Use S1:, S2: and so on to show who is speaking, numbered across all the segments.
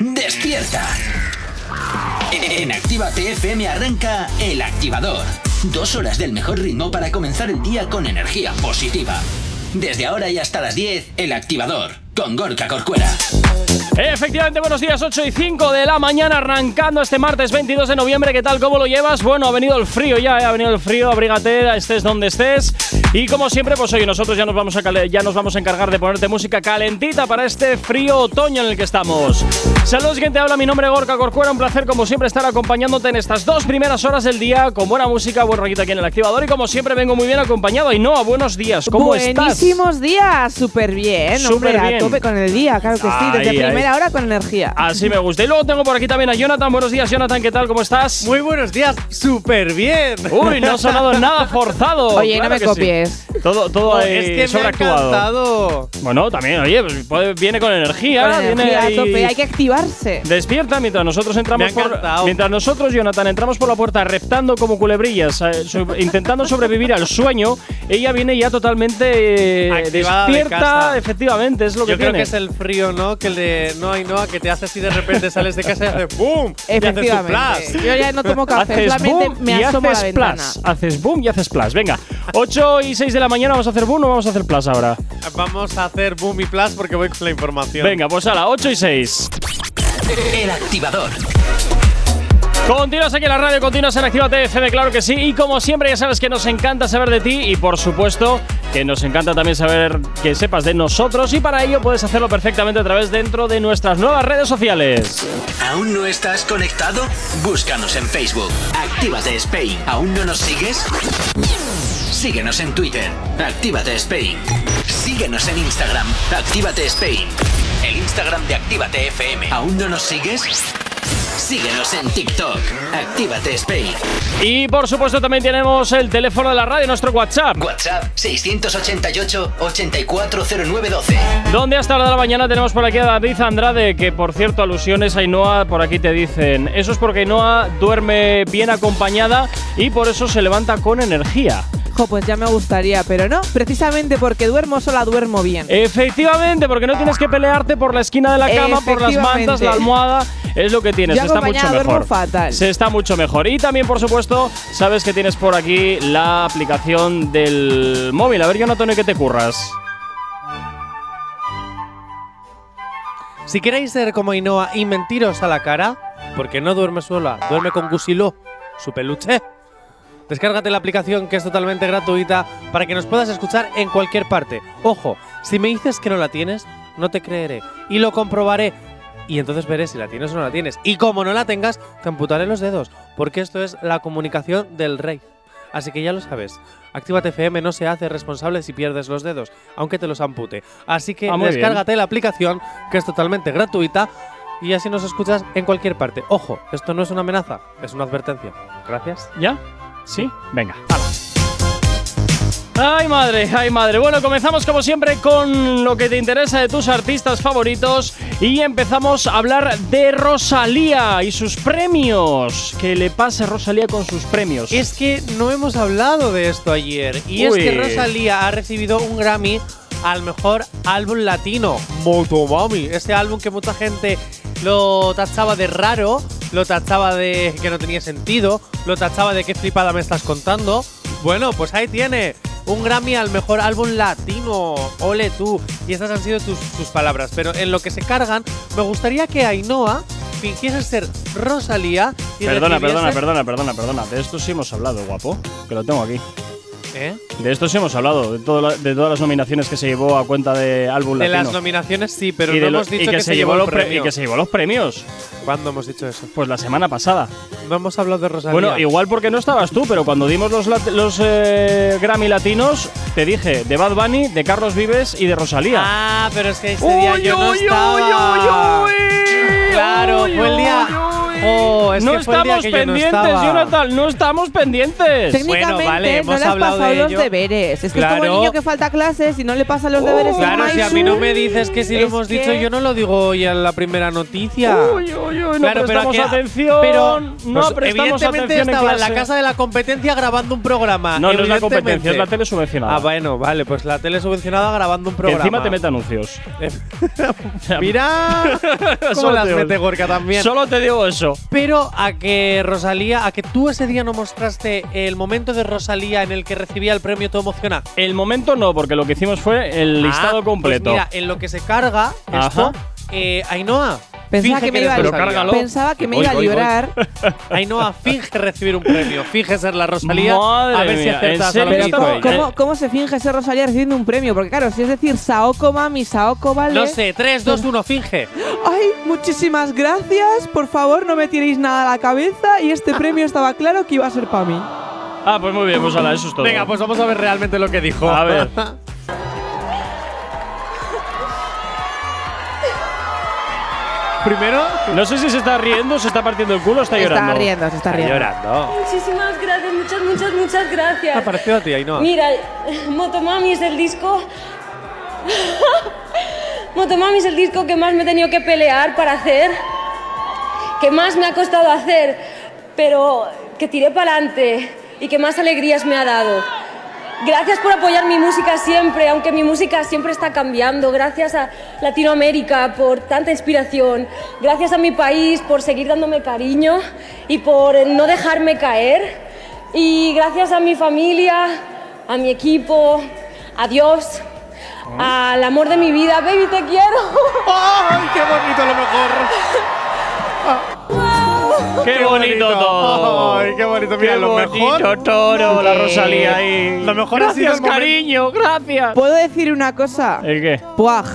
S1: despierta. En Activa TFM arranca El Activador. Dos horas del mejor ritmo para comenzar el día con energía positiva. Desde ahora y hasta las 10, El Activador, con Gorka Corcuera.
S2: Efectivamente, buenos días, 8 y 5 de la mañana, arrancando este martes 22 de noviembre. ¿Qué tal? ¿Cómo lo llevas? Bueno, ha venido el frío ya, ¿eh? ha venido el frío, abrígate, estés donde estés. Y como siempre, pues hoy nosotros ya nos, vamos a cal- ya nos vamos a encargar de ponerte música calentita para este frío otoño en el que estamos. Saludos, quien te habla, mi nombre es Gorka Corcuera, un placer como siempre estar acompañándote en estas dos primeras horas del día con buena música, buen rollito aquí en el activador y como siempre vengo muy bien acompañado. Y no, buenos días, ¿cómo estás?
S3: Buenísimos días, súper bien, hombre,
S2: Súper bien.
S3: a tope con el día, claro que sí, desde
S2: Ahí, ahí.
S3: primera hora con energía.
S2: Así me gusta. Y luego tengo por aquí también a Jonathan. Buenos días, Jonathan. ¿Qué tal? ¿Cómo estás?
S4: Muy buenos días, súper bien.
S2: Uy, no ha sonado nada forzado.
S3: Oye,
S2: Claro
S3: no me
S2: que
S3: copies.
S2: sí. Todo, todo ahí
S4: Oh, es que me ha
S2: sobreactuado.
S4: encantado.
S2: Bueno, también, oye, pues puede- viene con energía.
S3: Con
S2: viene
S3: energía a
S2: ahí-
S3: tope, hay que activarse.
S2: Despierta mientras nosotros entramos
S4: Me ha
S2: por
S4: encantado.
S2: mientras nosotros Jonathan entramos por la puerta reptando como culebrillas eh, so- intentando sobrevivir al sueño ella viene ya totalmente eh,
S4: Activada de
S2: despierta
S4: casa.
S2: efectivamente es lo
S4: Yo
S2: que
S4: creo
S2: tiene
S4: que es el frío, ¿no? Que el de no hay no, que te hace así de repente, sales de casa y hace ¡boom! Y haces tu
S3: Efectivamente.
S4: flash.
S3: Yo ya no tomo café,
S2: haces
S3: solamente
S2: boom
S3: me
S2: y
S3: asomo a la
S2: haces
S3: ventana.
S2: plus. Haces boom y haces plus. Venga, 8 y 6 de la mañana vamos a hacer boom o vamos a hacer plus ahora.
S4: Vamos a hacer boom y plus porque voy con la información.
S2: Venga, pues a la 8 y 6.
S1: El Activador.
S2: Continúas aquí en la radio, continúas en Activa FM, claro que sí. Y como siempre, ya sabes que nos encanta saber de ti y por supuesto que nos encanta también saber que sepas de nosotros. Y para ello puedes hacerlo perfectamente a través dentro de nuestras nuevas redes sociales.
S1: ¿Aún no estás conectado? Búscanos en Facebook. Actívate Spain. ¿Aún no nos sigues? Síguenos en Twitter. Actívate Spain. Síguenos en Instagram. Actívate Spain. El Instagram de Actívate FM. ¿Aún no nos sigues? Síguenos en TikTok. Actívate Spain.
S2: Y por supuesto también tenemos el teléfono de la radio, nuestro WhatsApp.
S1: WhatsApp 688 840912.
S2: Donde hasta la hora de la mañana tenemos por aquí a David Andrade, que por cierto, alusiones a Ainhoa, por aquí te dicen. Eso es porque Ainhoa duerme bien acompañada y por eso se levanta con energía.
S3: Jo, pues ya me gustaría, pero no, precisamente porque duermo sola duermo bien.
S4: Eh,
S2: Efectivamente, porque no tienes que pelearte por la esquina de la cama, por las mantas,
S3: Efectivamente.
S2: la almohada. Es lo que tienes,
S3: Yo
S2: está mucho
S3: acompañada duermo
S2: mejor.
S3: fatal.
S2: Se está mucho mejor. Y también, por supuesto, sabes que tienes por aquí la aplicación del móvil. A ver, Jonathan, ¿qué te curras?
S4: Si queréis ser como Ainhoa y mentiros a la cara, porque no duerme sola, duerme con Gusilo, su peluche. Descárgate la aplicación que es totalmente gratuita para que nos puedas escuchar en cualquier parte. Ojo, si me dices que no la tienes, no te creeré y lo comprobaré. Y entonces veré si la tienes o no la tienes. Y como no la tengas, te amputaré los dedos, porque esto es la comunicación del rey. Así que ya lo sabes, Actívate FM no se hace responsable si pierdes los dedos, aunque te los ampute. Así que
S2: Ah, muy bien.
S4: descárgate la aplicación, que es totalmente gratuita, y así nos escuchas en cualquier parte. Ojo, esto no es una amenaza, es una advertencia. Gracias.
S2: ¿Ya? ¿Sí? Venga. hala. Ay madre, ay madre. Bueno, comenzamos como siempre con lo que te interesa de tus artistas favoritos y empezamos a hablar de Rosalía y sus premios. Que le pase Rosalía con sus premios.
S4: Es que no hemos hablado de esto ayer. Y
S2: Uy.
S4: es que Rosalía ha recibido un Grammy al mejor álbum latino. Motomami. Ese álbum que mucha gente lo tachaba de raro, lo tachaba de que no tenía sentido, lo tachaba de qué flipada me estás contando. Bueno, pues ahí tiene. Un Grammy al mejor álbum latino. Ole tú. Y estas han sido tus, tus palabras. Pero en lo que se cargan, me gustaría que Ainhoa fingiese ser Rosalía y
S2: Perdona, perdona,
S4: recibiese-
S2: perdona, perdona, perdona. De esto sí hemos hablado, guapo. Que lo tengo aquí.
S4: ¿Eh?
S2: De esto sí hemos hablado. De, todo la- de todas las nominaciones que se llevó a cuenta de álbum
S4: De
S2: latino.
S4: las nominaciones sí, pero
S2: y,
S4: no
S2: de lo-
S4: hemos
S2: y
S4: dicho que, se llevó
S2: los
S4: el
S2: pre-
S4: premio.
S2: y que se llevó los premios.
S4: ¿Cuándo hemos dicho eso?
S2: Pues la semana pasada.
S4: No hemos hablado de Rosalía.
S2: Bueno, igual porque no estabas tú, pero cuando dimos los, lat- los eh, Grammy latinos, te dije de Bad Bunny, de Carlos Vives y de Rosalía.
S4: Ah, pero es que ese día yo no
S2: uy,
S4: estaba.
S2: uy, uy, uy.
S4: Claro,
S2: Uy,
S4: fue el día.
S2: uy, uy.
S4: Oh, es
S2: no
S4: que fue el día
S2: estamos
S4: que yo no
S2: pendientes,
S4: estaba.
S2: Jonathan, no estamos pendientes.
S3: Técnicamente
S4: Bueno, vale,
S3: no
S4: hemos
S3: le has
S4: hablado
S3: pasado
S4: de
S3: los
S4: ello.
S3: deberes. Es que es como
S4: Claro.
S3: el niño que falta a clases y no le pasa los deberes. en
S4: Claro, si a mí
S3: Maisu.
S4: no me dices que si lo
S3: Es
S4: hemos
S3: que-
S4: dicho, yo no lo digo hoy en la primera noticia.
S2: Uy, uy, uy, no
S4: Claro, pero
S2: prestamos
S4: que-
S2: atención.
S4: pero-
S2: no
S4: pues
S2: prestamos
S4: evidentemente
S2: atención en
S4: estaba en,
S2: clase.
S4: la casa de la competencia grabando un programa.
S2: No, no es la
S4: evidentemente.
S2: competencia, es la tele subvencionada.
S4: Ah, bueno, vale, pues la tele subvencionada grabando un
S2: que
S4: programa.
S2: encima te mete anuncios.
S4: Mira,
S2: Solo
S4: cómo las
S2: te-
S4: mete Gorka también.
S2: Solo te digo eso.
S4: Pero a que Rosalía, a que tú ese día no mostraste el momento de Rosalía en el que recibía el premio, te emociona.
S2: El momento no, porque lo que hicimos fue el
S4: Ah,
S2: listado
S4: pues
S2: completo.
S4: mira, en lo que se carga
S2: Ajá.
S4: esto, eh, Ainhoa.
S3: Pensaba
S4: finge
S3: que me
S4: eres
S3: iba a
S2: Pero
S4: Rosalía.
S2: cárgalo.
S3: Pensaba que me
S2: Voy,
S3: iba a
S2: voy, voy.
S3: librar.
S4: Ainhoa finge recibir un premio. Finge ser la Rosalía.
S2: Madre
S4: a ver si
S2: mía,
S4: acertas
S2: ¿en
S4: a lo que
S2: serio?
S4: dijo
S2: Pero
S4: ella.
S2: ¿cómo-
S3: ¿Cómo, cómo se finge ser Rosalía recibiendo un premio? Porque claro, si es decir Saoko Mami, Saoko Vale.
S4: No sé, 3, 2, 1, finge.
S3: Ay, muchísimas gracias. Por favor, no me tiréis nada a la cabeza. Y este premio estaba claro que iba a ser para mí.
S2: Ah, pues muy bien, pues ala, eso es todo.
S4: Venga, pues vamos a ver realmente lo que dijo.
S2: A ver.
S4: Primero,
S2: No sé si se está riendo, se está partiendo el culo o está llorando.
S3: Está riendo, se está
S4: está
S3: riendo.
S4: llorando.
S5: Muchísimas gracias, muchas, muchas, muchas
S4: Ha
S2: Ah,
S5: gracias.
S4: parecido a ti, Ainhoa.
S5: Mira, Motomami es el disco. Motomami es el disco que más me he tenido que pelear para hacer, que más me ha costado hacer, pero que tiré para adelante y que más alegrías me ha dado. Gracias por apoyar mi música siempre, aunque mi música siempre está cambiando. Gracias a Latinoamérica por tanta inspiración. Gracias a mi país por seguir dándome cariño y por no dejarme caer. Y gracias a mi familia, a mi equipo, a Dios, al amor de mi vida. Baby, te quiero.
S4: ¡Ay, qué bonito a lo mejor!
S2: ¡Qué, bonito todo!
S4: ¡Ay, qué bonito! Mira,
S2: Qué
S4: lo mejor.
S2: bonito toro, la
S3: Eh,
S2: Rosalía ahí.
S4: lo mejor ha sido
S2: Gracias,
S4: el momento-
S2: cariño, gracias.
S3: ¿Puedo decir una cosa?
S4: Eh,
S2: ¿El qué?
S3: Puaj.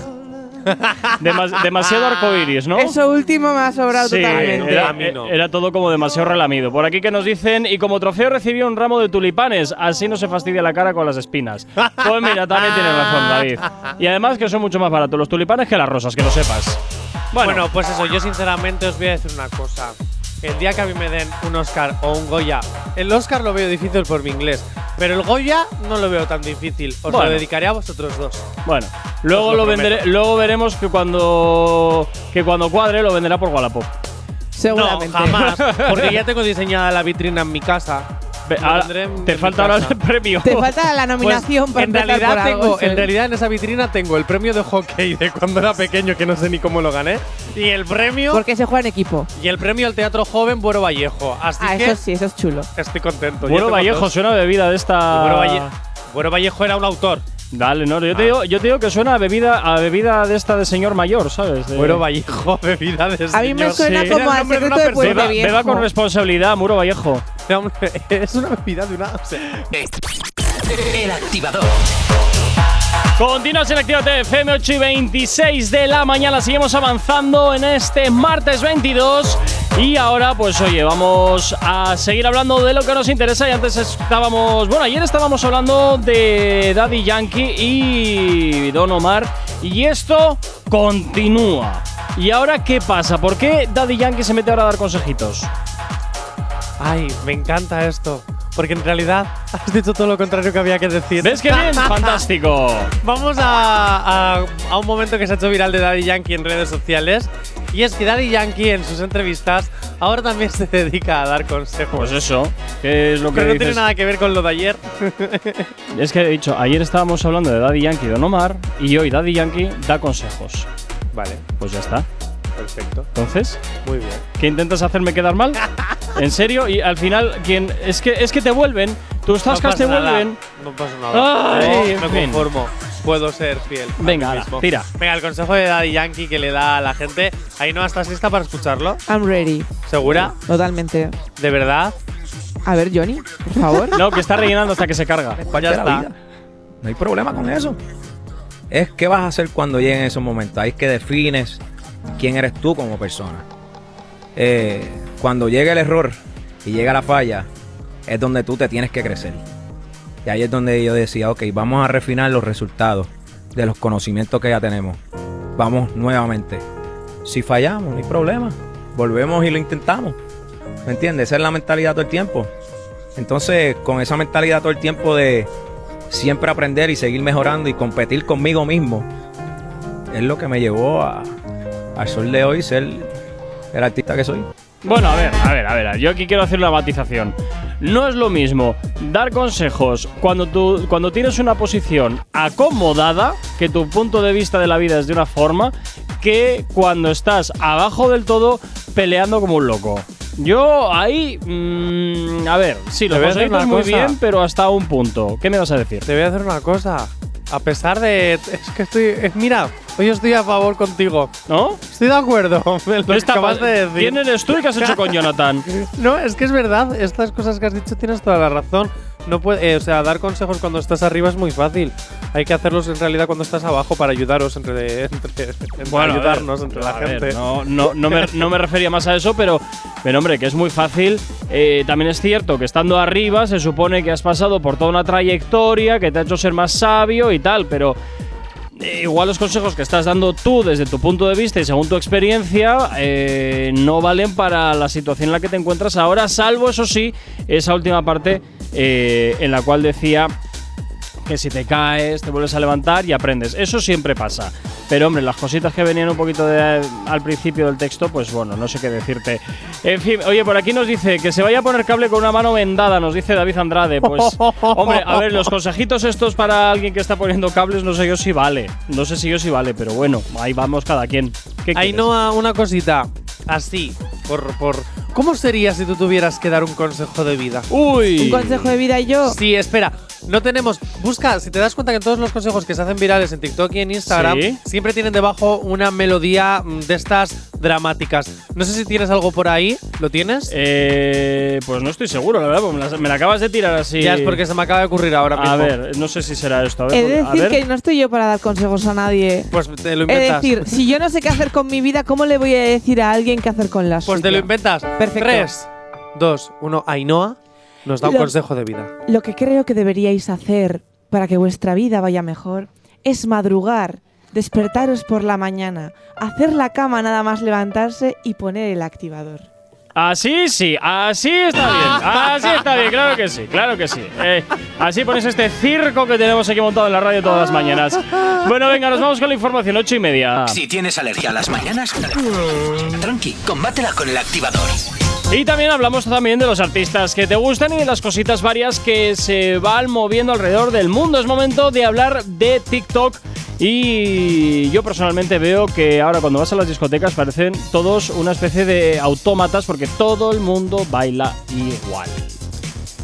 S2: Demas- demasiado arcoiris, ¿no?
S3: Eso último me ha sobrado
S2: Sí,
S3: Ah, totalmente.
S2: era,
S4: A mí no.
S2: era todo como demasiado relamido. Por aquí que nos dicen, y como trofeo recibió un ramo de tulipanes, así no se fastidia la cara con las espinas. Pues mira, también tienes razón, David. Y además que son mucho más baratos los tulipanes que las rosas, que lo sepas.
S4: Bueno, pues eso, yo sinceramente os voy a decir una cosa. El día que a mí me den un Oscar o un Goya, el Oscar lo veo difícil por mi inglés, pero el Goya no lo veo tan difícil. Os
S2: Bueno.
S4: lo dedicaré a vosotros dos.
S2: Bueno, luego
S4: Os Pues lo
S2: lo vendré-
S4: prometo.
S2: luego veremos que cuando que cuando cuadre lo venderá por Wallapop.
S4: eh, No,
S3: Seguramente.
S4: jamás, porque ya tengo diseñada la vitrina en mi casa.
S2: Ve-
S4: Lo
S2: ahora-
S4: vendré en-
S2: te
S4: en
S2: falta
S4: mi
S2: ahora
S4: casa. Pues,
S2: el premio.
S3: Te falta la nominación para
S4: en
S3: empezar por
S4: realidad
S3: algo,
S4: tengo,
S3: eso
S4: en
S3: es.
S4: realidad en esa vitrina tengo el premio de hockey de cuando era pequeño que no sé ni cómo lo gané y el premio
S3: Porque se juega en equipo.
S4: y el premio al teatro joven Buero Vallejo. Así
S3: Ah,
S4: que
S3: eso sí, eso es chulo.
S4: estoy contento. Ya
S2: Bueno,
S4: tengo
S2: Vallejo
S4: dos.
S2: suena a bebida de esta.
S4: Buero Valle- Ah. Buero Vallejo era un autor.
S2: Dale, no, yo te digo, yo te digo que suena a bebida a bebida de esta de señor mayor, ¿sabes? De-
S4: Buero Vallejo, bebida de
S3: A mí me
S4: señor.
S3: suena
S4: Era el
S3: como al
S4: nombre una
S3: secreto de
S4: persona.
S2: Beba,
S3: Puente Viejo.
S2: beba con responsabilidad, Muro Vallejo.
S4: Hombre, Es una bebida de una. o sea,
S1: El activador.
S2: Continuas en Actívate FM 8 y 26 de la mañana. Seguimos avanzando en este martes 22. Y ahora, pues oye, vamos a seguir hablando de lo que nos interesa. Y antes estábamos, bueno, ayer estábamos hablando de Daddy Yankee y Don Omar. Y esto continúa. ¿Y ahora qué pasa? ¿Por qué Daddy Yankee se mete ahora a dar consejitos?
S4: Ay, me encanta esto. Porque en realidad has dicho todo lo contrario que había que decir.
S2: ¿Ves qué bien? Fantástico.
S4: Vamos a, a- a un momento que se ha hecho viral de Daddy Yankee en redes sociales. Y es que Daddy Yankee en sus entrevistas ahora también se dedica a dar consejos.
S2: Pues eso, que es lo que
S4: pero no tiene
S2: dices.
S4: nada que ver con lo de ayer.
S2: Es que he dicho, ayer estábamos hablando de Daddy Yankee y Don Omar y hoy Daddy Yankee da consejos.
S4: Vale,
S2: Pues ya está.
S4: perfecto.
S2: Entonces,
S4: Muy bien.
S2: ¿qué intentas hacerme quedar mal? ¿En serio? Y al final, quien es que es que te vuelven, tus tascas te
S4: nada,
S2: vuelven.
S4: No pasa nada.
S2: Ay,
S4: no,
S2: en
S4: me
S2: fin.
S4: conformo. Puedo ser fiel. a mí
S2: Venga, ala,
S4: mismo.
S2: tira.
S4: Venga, el consejo de Daddy Yankee que le da a la gente. Ahí no, ¿estás lista para escucharlo?
S3: I'm ready.
S4: ¿Segura?
S3: Totalmente.
S4: ¿De verdad?
S3: A ver, Johnny, por favor.
S2: No, que está rellenando hasta que se carga.
S4: Pues Ya
S6: parte de la
S4: está.
S6: vida. No hay problema con eso. Es qué vas a hacer cuando lleguen esos momentos. Ahí es que defines quién eres tú como persona. Eh, cuando llega el error y llega la falla, es donde tú te tienes que crecer. Y ahí es donde yo decía, ok, vamos a refinar los resultados de los conocimientos que ya tenemos. Vamos nuevamente. Si fallamos, no hay problema. Volvemos y lo intentamos. ¿Me entiendes? Esa es la mentalidad todo el tiempo. Entonces, con esa mentalidad todo el tiempo de siempre aprender y seguir mejorando y competir conmigo mismo, es lo que me llevó a, al sol de hoy ser el artista que soy.
S2: Bueno, a ver, a ver, a ver, yo aquí quiero hacer la matización. No es lo mismo dar consejos cuando, tú, cuando tienes una posición acomodada, que tu punto de vista de la vida es de una forma, que cuando estás abajo del todo peleando como un loco. Yo ahí, mm, a ver, sí,
S4: Te
S2: lo
S4: voy a hacer
S2: conseguiste
S4: una
S2: muy
S4: cosa.
S2: bien, pero hasta un punto. ¿Qué me vas a decir?
S4: Te voy a hacer una cosa. A pesar de. Es que estoy. eh, mira, hoy estoy a favor contigo.
S2: ¿No?
S4: Estoy de acuerdo. en lo
S2: No
S4: que
S2: está
S4: acabas
S2: pa-
S4: de decir.
S2: ¿Quién eres tú y qué has hecho con Jonathan?
S4: No, es que es verdad. Estas cosas que has dicho tienes toda la razón. No puede, eh, o sea, dar consejos cuando estás arriba es muy fácil. Hay que hacerlos en realidad cuando estás abajo para ayudaros entre, entre, entre
S2: Bueno, a ver,
S4: ayudarnos entre la
S2: a ver,
S4: gente.
S2: no, no, no, me, no me refería más a eso, pero, pero hombre, que es muy fácil. Eh, también es cierto que estando arriba se supone que has pasado por toda una trayectoria que te ha hecho ser más sabio y tal, pero eh, igual los consejos que estás dando tú desde tu punto de vista y según tu experiencia eh, no valen para la situación en la que te encuentras ahora, salvo eso sí, esa última parte eh, en la cual decía que si te caes, te vuelves a levantar y aprendes. Eso siempre pasa. Pero hombre, las cositas que venían un poquito de- al principio del texto, pues bueno, no sé qué decirte. En fin, oye, por aquí nos dice que se vaya a poner cable con una mano vendada, nos dice David Andrade. Pues, hombre, a ver, los consejitos estos para alguien que está poniendo cables, no sé yo si vale. No sé si yo si vale, pero bueno, ahí vamos cada quien. ¿Qué
S4: Ahí
S2: quieres?
S4: no a una cosita. Así, por, por. ¿Cómo sería si tú tuvieras que dar un consejo de vida?
S2: Uy.
S3: Un consejo de vida y yo.
S4: Sí, espera. No tenemos. Busca, si te das cuenta que todos los consejos que se hacen virales en TikTok y en Instagram
S2: Sí.
S4: siempre tienen debajo una melodía mm, de estas dramáticas. No sé si tienes algo por ahí. ¿Lo tienes?
S2: Eh, pues no estoy seguro, la verdad, porque me la, me la acabas de tirar así.
S4: Ya es porque se me acaba de ocurrir ahora mismo.
S2: A ver, no sé si será esto. A ver,
S3: He
S2: porque-
S3: de
S2: a
S3: decir
S2: ver.
S3: que no estoy yo para dar consejos a nadie.
S4: Pues te lo
S3: Es
S4: inventas.
S3: decir, si yo no sé qué hacer con mi vida, ¿cómo le voy a decir a alguien qué hacer con la
S4: pues te lo
S3: suya?
S4: inventas.
S3: Perfecto.
S4: Tres, dos, uno. Ainhoa nos da un
S3: Lo-
S4: consejo de vida.
S3: Lo que creo que deberíais hacer para que vuestra vida vaya mejor es madrugar, despertaros por la mañana, hacer la cama nada más levantarse y poner el activador.
S2: Así sí, así está bien, así está bien, claro que sí, claro que sí. Eh, así pones este circo que tenemos aquí montado en la radio todas las mañanas. Bueno, venga, nos vamos con la información, ocho y media.
S1: Si tienes alergia a las mañanas, tranqui, combátela con el activador.
S2: Y también hablamos también de los artistas que te gustan y de las cositas varias que se van moviendo alrededor del mundo. Es momento de hablar de TikTok. Y yo personalmente veo que ahora cuando vas a las discotecas parecen todos una especie de autómatas porque todo el mundo baila igual.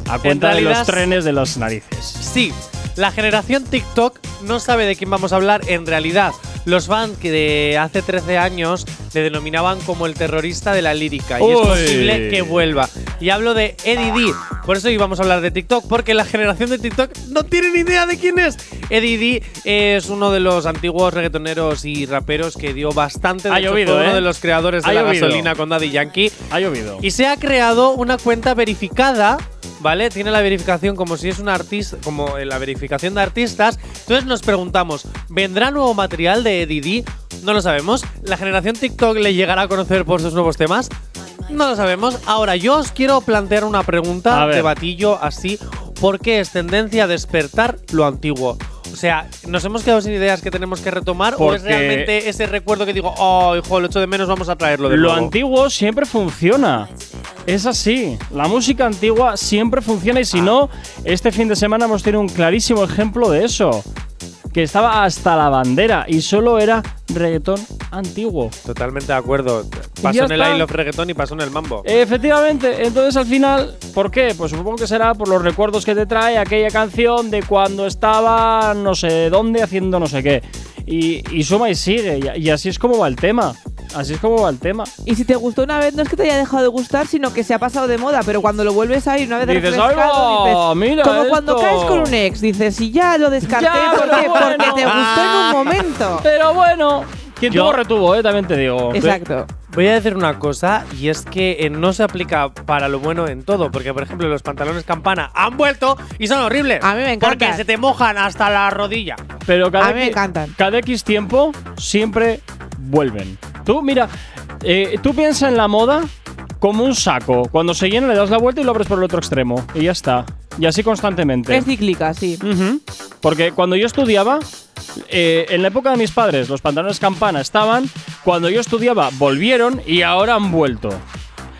S2: A cuenta de
S4: realidad-
S2: los trenes de las narices.
S4: Sí, la generación TikTok no sabe de quién vamos a hablar en realidad. Los fans que de hace 13 años le denominaban como el terrorista de la lírica y es
S2: Uy.
S4: posible que vuelva. Y hablo de Eddie D. Por eso íbamos a hablar de TikTok, porque la generación de TikTok no tiene ni idea de quién es. Eddie D es uno de los antiguos reggaetoneros y raperos que dio bastante. de
S2: Ha
S4: hecho,
S2: llovido,
S4: fue uno
S2: ¿eh?
S4: de los creadores de
S2: Ha
S4: la
S2: llovido.
S4: gasolina con Daddy Yankee.
S2: Ha llovido.
S4: Y se ha creado una cuenta verificada, ¿vale? Tiene la verificación como si es un artista, como en la verificación de artistas. Entonces nos preguntamos, ¿vendrá nuevo material de Eddie D? No lo sabemos. ¿La generación TikTok le llegará a conocer por sus nuevos temas? No lo sabemos. Ahora, yo os quiero plantear una
S2: A
S4: pregunta
S2: ver.
S4: de batillo así. ¿Por qué es tendencia a despertar lo antiguo? O sea, ¿nos hemos quedado sin ideas que tenemos que retomar? ¿O es
S2: Porque-
S4: realmente ese recuerdo que digo, oh, hijo, lo echo de menos, vamos a traerlo de
S2: Lo
S4: nuevo"?
S2: antiguo siempre funciona. Es así. La música antigua siempre funciona
S4: Ah.
S2: y si no, este fin de semana hemos tenido un clarísimo ejemplo de eso. Que estaba hasta la bandera y solo era reggaetón antiguo.
S4: Totalmente de acuerdo.
S2: ya
S4: Pasó en el
S2: está.
S4: Isle of Reggaetón y pasó en el Mambo.
S2: Efectivamente, entonces al final, ¿por qué? Pues supongo que será por los recuerdos que te trae aquella canción de cuando estaba no sé dónde haciendo no sé qué. Y, y suma y sigue, y- y así es como va el tema. Así es como va el tema.
S3: Y si te gustó una vez, no es que te haya dejado de gustar, sino que se ha pasado de moda. Pero cuando lo vuelves a ir una vez
S2: Dices,
S3: refrescado,
S2: "Ay, va,
S3: dices,
S2: mira
S3: como cuando
S2: esto".
S3: caes con un e- ex, dices, y ya lo descarté
S2: Ya,
S3: ¿por
S2: pero
S3: qué?
S2: bueno.
S3: porque te gustó en un momento.
S2: Pero bueno. Quien
S4: Yo-
S2: tuvo retuvo, eh, también te digo.
S3: Exacto.
S4: Voy a decir una cosa y es que eh, no se aplica para lo bueno en todo, porque por ejemplo los pantalones campana han vuelto y son horribles.
S3: A mí me encantan.
S4: Porque se te mojan hasta la rodilla.
S2: Pero cada
S3: A mí me
S2: qui-
S3: encantan.
S2: Cada X tiempo siempre vuelven. Tú, mira, eh, tú piensa en la moda como un saco. Cuando se llena le das la vuelta y lo abres por el otro extremo. Y ya está. Y así constantemente.
S3: Es cíclica, sí.
S2: Ujú. Porque cuando yo estudiaba, eh, en la época de mis padres, los pantalones campana estaban. Cuando yo estudiaba, volvieron y ahora han vuelto.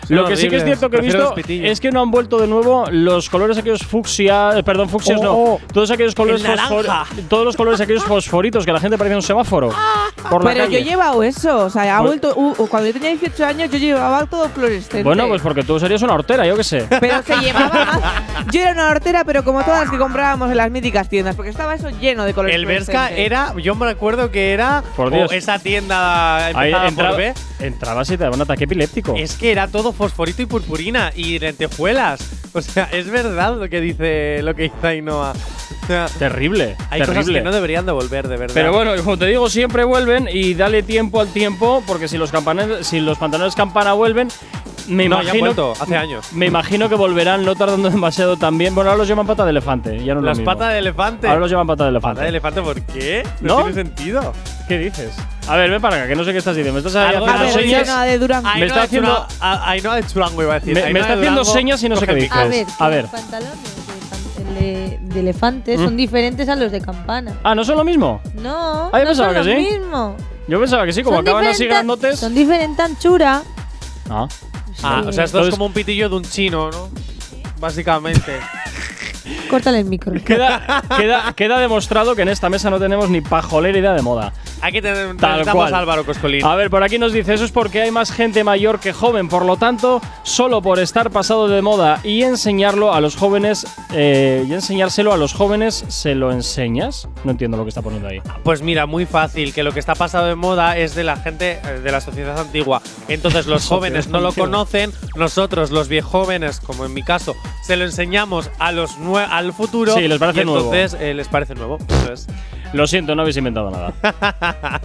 S4: Son
S2: Lo que sí que es
S4: horribles.
S2: cierto que he
S4: Prefiero
S2: visto
S4: los pitillos.
S2: es que no han vuelto de nuevo los colores aquellos fucsia, eh, perdón, fucsias
S4: Oh,
S2: no, todos aquellos colores
S4: el naranja.
S2: fosfor- todos los colores aquellos fosforitos que la gente parece un semáforo
S4: Ah.
S2: por la
S3: Pero yo
S2: calle.
S3: he llevado eso, o sea, ha
S2: Pues-
S3: vuelto, u- u- cuando yo tenía 18 años yo llevaba todo fluorescente.
S2: bueno, pues porque tú serías una hortera, yo qué sé.
S3: Pero se llevaba. Yo era una hortera, pero como todas las que comprábamos en las míticas tiendas, porque estaba eso lleno de colores.
S4: El Berska
S3: fluorescentes. Ah,
S4: era, yo me recuerdo que era
S2: Por
S4: o
S2: Dios.
S4: esa tienda
S2: Ahí
S4: empezada
S2: entra-
S4: por B.
S2: entrabas y te daba un ataque epiléptico.
S4: Es que era todo fosforito y purpurina y lentejuelas. O sea, es verdad lo que dice lo que dice Ainhoa. O sea,
S2: terrible,
S4: hay
S2: terrible.
S4: cosas que no deberían de volver, de verdad.
S2: Pero bueno, como te digo, siempre vuelven y dale tiempo al tiempo, porque si los, campanes- si los pantalones campana vuelven, me
S4: no, ya han
S2: imagino.
S4: vuelto hace años.
S2: Me imagino que volverán no tardando demasiado también. Bueno, ahora los llaman pata de elefante, ya no es lo
S4: Las
S2: mismo.
S4: patas de elefante.
S2: Ahora los llaman pata de elefante.
S4: ¿Pata de elefante por qué?
S2: ¿No?
S4: No, tiene sentido.
S2: ¿Qué dices? A ver, ven para acá, que no sé qué estás diciendo. Me estás
S4: Algo
S2: haciendo
S3: A
S4: de
S3: ver,
S4: Las
S3: no
S2: señas.
S3: nada de Durango.
S2: Ay, está
S4: Ainhoa de Churango-
S2: haciendo-
S4: A- Ainhoa de Churango iba a decir.
S2: Me- me
S4: Ainhoa
S2: está
S4: de
S2: haciendo
S4: Durango,
S2: señas y no sé
S4: coge
S2: qué
S4: el
S2: dice.
S4: micro.
S2: Ah,
S7: A
S2: es.
S7: ver,
S2: A ver.
S7: que
S2: Mm.
S7: los pantalones de, elefan- de- de elefantes son diferentes a los de campana.
S2: Ah, ¿no son lo mismo?
S7: No,
S2: Ah, yo
S7: no
S2: pensaba
S7: son
S2: que
S7: los
S2: sí.
S7: mismos.
S2: Yo pensaba que sí, como
S7: Son
S2: acaban así
S7: diferentes-
S2: grandotes.
S7: Son diferente anchura.
S2: Ah.
S4: Ah,
S7: Sí.
S4: o sea, esto es
S2: Entonces-
S4: como un pitillo de un chino, ¿no? Básicamente.
S7: Córtale el micro.
S2: Queda, queda, queda demostrado que en esta mesa no tenemos ni pajolera idea de moda.
S4: Hay que tener un
S2: Tal cual. Ah.
S4: a Álvaro Coscolín.
S2: A ver, por aquí nos dice, eso es porque hay más gente mayor que joven, por lo tanto, solo por estar pasado de moda y enseñarlo a los jóvenes, eh, y enseñárselo a los jóvenes, ¿se lo enseñas? No entiendo lo que está poniendo ahí.
S4: Pues mira, muy fácil, que lo que está pasado de moda es de la gente eh, de la sociedad antigua. Entonces los jóvenes no lo
S2: antigua.
S4: conocen, nosotros los viejos jóvenes, como en mi caso, se lo enseñamos a los nue- al futuro.
S2: Sí, les parece
S4: y
S2: nuevo.
S4: entonces eh, les parece nuevo. Eso es.
S2: Lo siento, no habéis inventado nada.